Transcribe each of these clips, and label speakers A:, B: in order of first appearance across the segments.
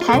A: 台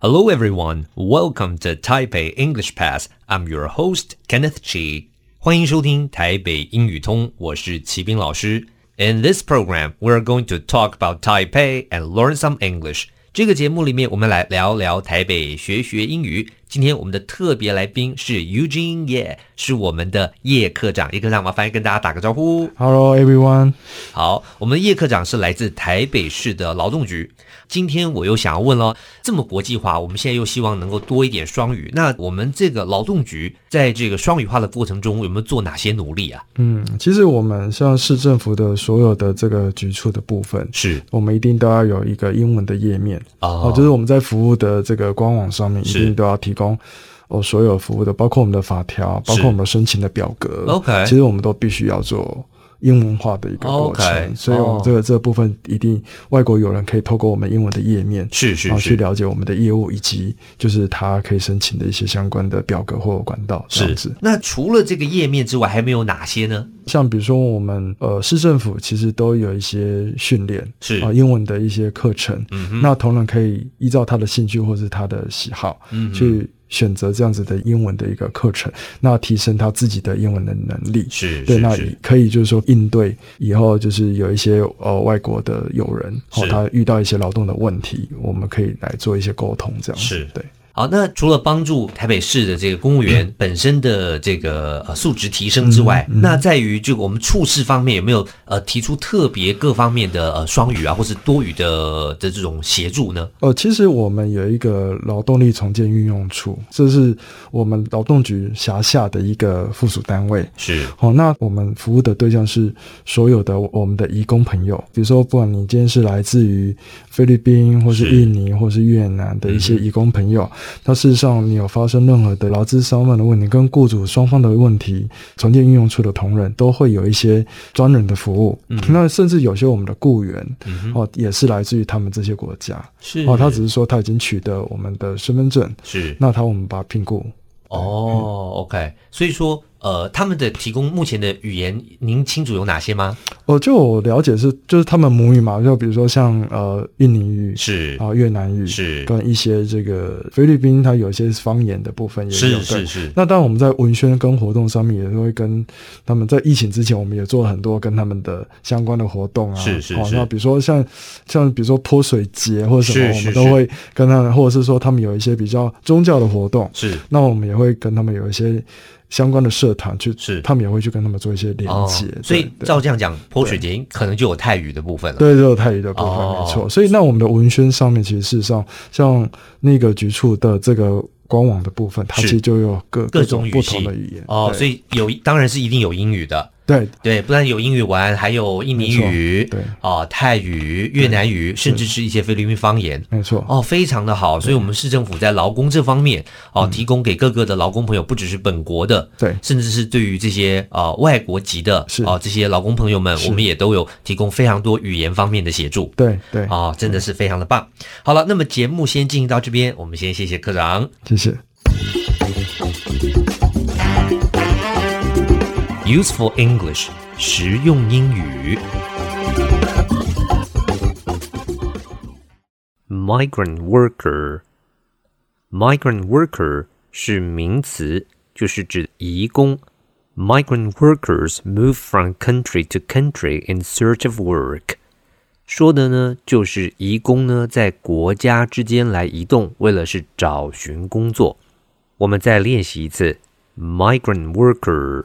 B: Hello, everyone. Welcome to Taipei English Pass. I'm your host, Kenneth Chi. 欢迎收听台北英语通，我是齐斌老师。In this program, we're going to talk about Taipei and learn some English. 这个节目里面，我们来聊聊台北，学学英语。今天我们的特别来宾是 Eugene Ye，是我们的叶科长。叶科长，麻烦跟大家打个招呼。
C: Hello everyone，
B: 好，我们的叶科长是来自台北市的劳动局。今天我又想要问了，这么国际化，我们现在又希望能够多一点双语。那我们这个劳动局在这个双语化的过程中，有没有做哪些努力啊？
C: 嗯，其实我们像市政府的所有的这个局处的部分，
B: 是
C: 我们一定都要有一个英文的页面
B: 哦
C: 就是我们在服务的这个官网上面一
B: 是
C: 定都要提供哦所有服务的，包括我们的法条，包
B: 是
C: 括我们的申请的表格
B: OK
C: 其实我们都必须要做。英文化的一个过
B: OK，
C: 程
B: 哦
C: 所以我们这个、这个部分一定外国友人可以透过我们英文的页面，
B: 是是
C: 然后去
B: 是
C: 了解我们的业务以及就是他可以申请的一些相关的表格或管道这样子
B: 是。。那除了这个页面之外，还没有哪些呢？
C: 像比如说我们呃市政府其实都有一些训练，
B: 是
C: 啊、英文的一些课程，
B: 嗯哼
C: 那同仁可以依照他的兴趣或是他的喜好，
B: 嗯哼
C: 去选择这样子的英文的一个课程，那提升他自己的英文的能力。
B: 是
C: 对，那
B: 是是
C: 可以就是说应对以后就是有一些呃外国的友人，哦
B: 是，
C: 他遇到一些劳动的问题，我们可以来做一些沟通，这样子
B: 是
C: 对。
B: 好，那除了帮助台北市的这个公务
C: 嗯
B: 员本身的这个呃素质提升之外，那在于这个我们处事方面有没有呃提出特别各方面的呃双语啊，或是多语的的这种协助呢？
C: 呃，其实我们有一个劳动力重建运用处，这是我们劳动局辖下的一个附属单位。
B: 是
C: 好、那我们服务的对象是所有的我们的移工朋友，比如说，不管你今天是来自于菲律宾，或是嗯
B: 是
C: 印尼，或是越南的一些移工朋友，那事实上你有发生任何的劳资骚乱的问题，跟雇主双方的问题，重建运用处的同仁都会有一些专人的服务。嗯、那甚至有些我们的雇员、哦，也是来自于他们这些国家。
B: 是
C: 哦，他只是说他已经取得我们的身份证，
B: 是
C: 那他我们把它评估。嗯
B: 哦，OK，所以说呃他们的提供目前的语言，您清楚有哪些吗？
C: 哦，就我了解是，就是他们母语嘛，就比如说像呃印尼语
B: 是
C: 啊、越南语
B: 是
C: 跟一些这个菲律宾，它有一些方言的部分也有
B: 是
C: 对
B: 是是
C: 那当然，我们在文宣跟活动上面也会跟他们在疫情之前，我们也做了很多跟他们的相关的活动啊。
B: 是是
C: 哦
B: 是
C: 那比如说像像比如说泼水节或者什
B: 是是
C: 么，我
B: 是
C: 们都会跟他们，或者是说他们有一些比较宗教的活动，
B: 是
C: 那我们也会跟他们有一些相关的社团去，
B: 是
C: 他们也会去跟他们做一些连
B: 哦
C: 接。，
B: 所以
C: 对
B: 照这样讲，泼水节可能就有泰语的部分了。
C: 对，这有泰语的部分、
B: 哦
C: 没错。所以那我们的文宣上面，其实事实上像那个局处的这个官网的部分，它
B: 是
C: 其实就有各
B: 各种
C: 种
B: 语
C: 不
B: 系
C: 同的语言。
B: 哦，
C: 对
B: 所以有当然是一定有英语的。
C: 对
B: 对，不但有英语玩，还有印尼语，
C: 没错对
B: 哦，泰语、越南语，甚至是一些菲律宾方言。
C: 没错。
B: 哦，非常的好，所以我们市政府在劳工这方面，哦，
C: 嗯
B: 提供给各个的劳工朋友，不只是本国的，
C: 对
B: 甚至是对于这些呃外国籍的，
C: 是
B: 哦这些劳工朋友们，
C: 是
B: 我们也都有提供非常多语言方面的协助，
C: 对对，
B: 啊、真的是非常的棒。好了，那么节目先进行到这边，我们先谢谢科长。
C: 谢谢。
B: Useful English，实用英语。Migrant worker，migrant worker 是名词，就是指移工。Migrant workers move from country to country in search of work。说的呢，就是移工呢在国家之间来移动，为了是找寻工作。我们再练习一次，migrant worker。